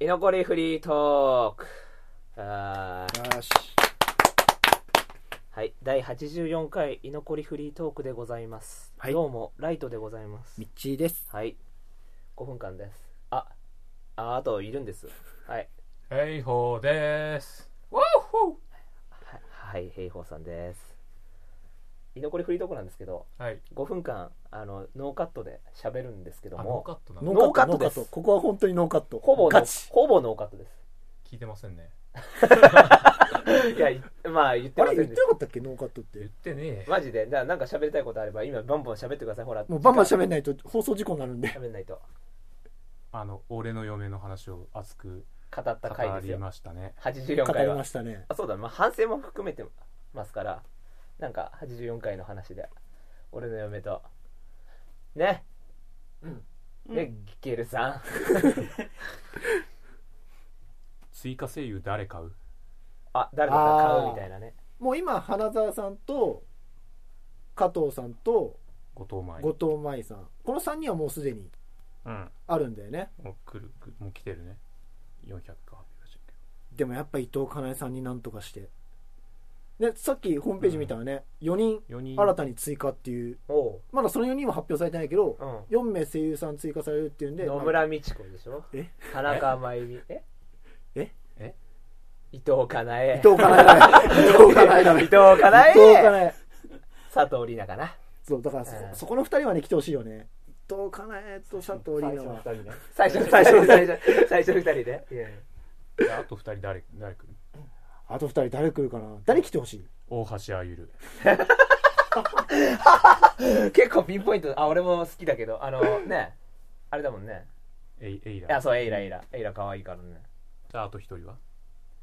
残りフリートークあーよしはい第84回居残りフリートークでございます、はいどうもライトでございますみっちーですはい5分間ですあああといるんですはいヘイホーです。ワッホははい平方さんです居残りフリートークなんですけどーはい。 5分間あのノーカットで喋るんですけどあ、ノーもカットなノののーカットノーカットノーでカッすトここは本当にノーカットほぼノガーチほぼノーカットで聞いてませんね。すいやいまあ言ってあませれんでして言ったなかったっけノーカットっ言っててねえ。マジでだからなんか喋りたいことあれば今バンバン喋ってくださいほらもうバンバン時間喋んないと放送事故になるんで喋んないとあの、俺の嫁の話を熱く語った語回ですりよましたね。 84語回りはましたねあそうだ、まあ、反省も含めてますからなんか84回の話で俺の嫁とねね、ゲルさん追加声優誰買うあ誰だか買うみたいなねもう今花澤さんと加藤さんと後藤舞。後藤舞さんこの3人はもうすでにうん。あるんだよねもう来る、もう来てるね。400か。でもやっぱ伊藤かなえさんになんとかしてでさっきホームページ見たらね、4人4人。新たに追加っていうおうまだその4人は発表されてないけど、うん4名声優さん追加されるっていうんで野まあ村美智子でしょえ田中真由美えええ伊藤かなえ伊藤かなえだね伊藤かなえだね伊藤かな伊藤かえなえ佐藤里奈かなそうだからそ,、うんそこの2人はね来てほしいよね伊藤かなえと佐藤里奈は最初の最初の最初の最初の二人でいやいやであと2人誰、誰来るあと2人誰来るかな誰来てほしい大橋あゆる。結構ピンポイントあ俺も好きだけどあのねあれだもんねえい、えいいやら。そうエイラエイラエイラ可愛いからねじゃあ、あと1人は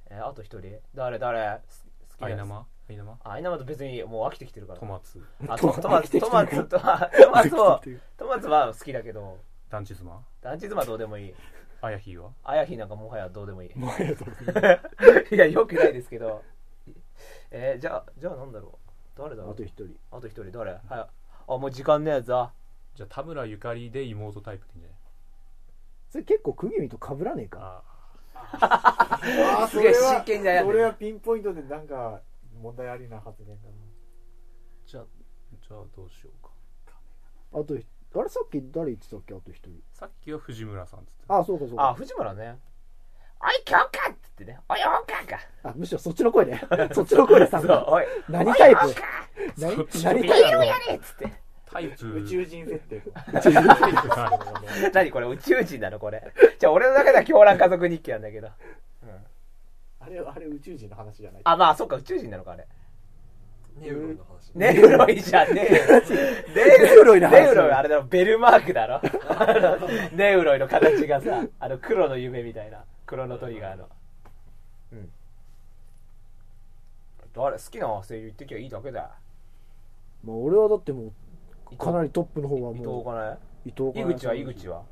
えーあと一人誰誰す好きアイナあマアイナマアイナマと別にもう飽きてきてるからトマツ。あトトマツトマツトマトマツをトマツは好きだけどダンチズマ団地妻どうでもいいアヤヒーはあやひなんかもはやどうでもいいもうありがとうい や、よくないですけど。えー、じゃあ、じゃあなんだろう。誰だろうあと1人あと一人、誰はい。あ、もう時間ねえぞ。じゃあ、田村ゆかりで妹タイプでいいんじゃないそれ結構区切りと被らねえかああ。あすげえ真剣に悩んでる俺はピンポイントでなんか問題ありな発言だじゃあ、じゃあどうしようか。あとひあれさっき誰言ってたっけあと1人さっきは藤村さんっつってたあそうかそうあ、か藤村ね。おい、今日かって言ってね。おい、おかか。あむしろそっちの声ねそっちの声でさそう、おい、何タイプおい、おか何そっちの何ビタイールやれっつっタイプな宇宙人設定とかタイプがあて。る何これ、宇宙人なのこれ。じゃあ、俺の中では狂乱家族日記なんだけど。うん。あれあれ宇宙人の話じゃないあ、まあ、そっか、宇宙人なのか、あれ。ネウロンの話ネウロイじゃねえよ。ネウロイの話ネウロイ、あれだろ、ベルマークだろ。あのネウロイの形がさ、あの黒の夢みたいな。黒のトリガーの。うん。誰、好きな声優言ってきゃいいだけだよ。まあ俺はだってもう伊藤かなりトップの方は伊藤もかなう伊藤え井かなえ口は井口は。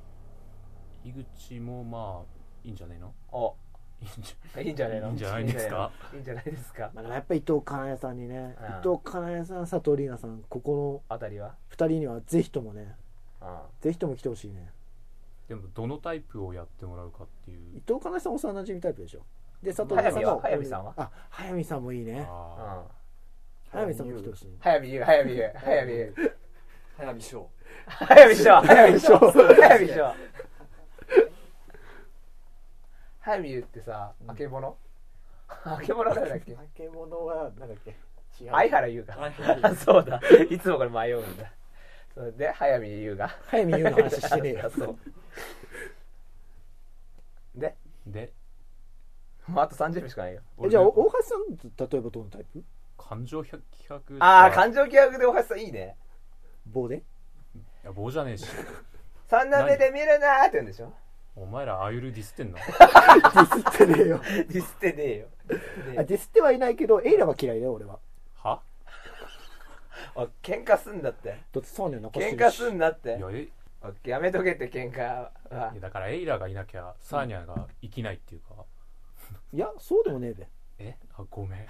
井口もまあいいんじゃないの あ、いいんじいいんじゃないのいいんじゃないですかいいんじゃないですか。まあやっぱり伊藤かなえさんにね、うん伊藤かなえさん佐藤里奈さんここあたりは。の2人にはぜひともねうん。ぜひとも来てほしいねゃでもどのタイプをやってもらうかっていう伊藤かなえさん幼馴染みタイプでしょで佐藤早見はも早見さんはあ早見さんもいいねうあん。早見さんも来てほしい早見優、早見優、早見優。早見翔早見翔早見翔早見翔早見優ってさあけぼの あけぼの誰だっけ化け物はなんだっけ違う 相原優か相原あ そうだいつもこれ迷うんだそれで早見優が早見優の話し てねえよそうでーでもうあと30分しかないよえじゃあお大橋さんと例えばどのタイプ感情百0ああ感情気迫で大橋さんいいね 棒でいや棒じゃねえし三男目で見るなーって言うんでしょお前らアイルディスってんのディスってねえよディスってねえよあディスってはいないけどエイラは嫌いだよ俺ははお喧嘩すんだってだってそうね残して喧るし嘩すんなっいてやえいおやめとけって喧嘩はやだからエイラがいなきゃサーニャが生きないっていうかいやそうでもねえべえあごめん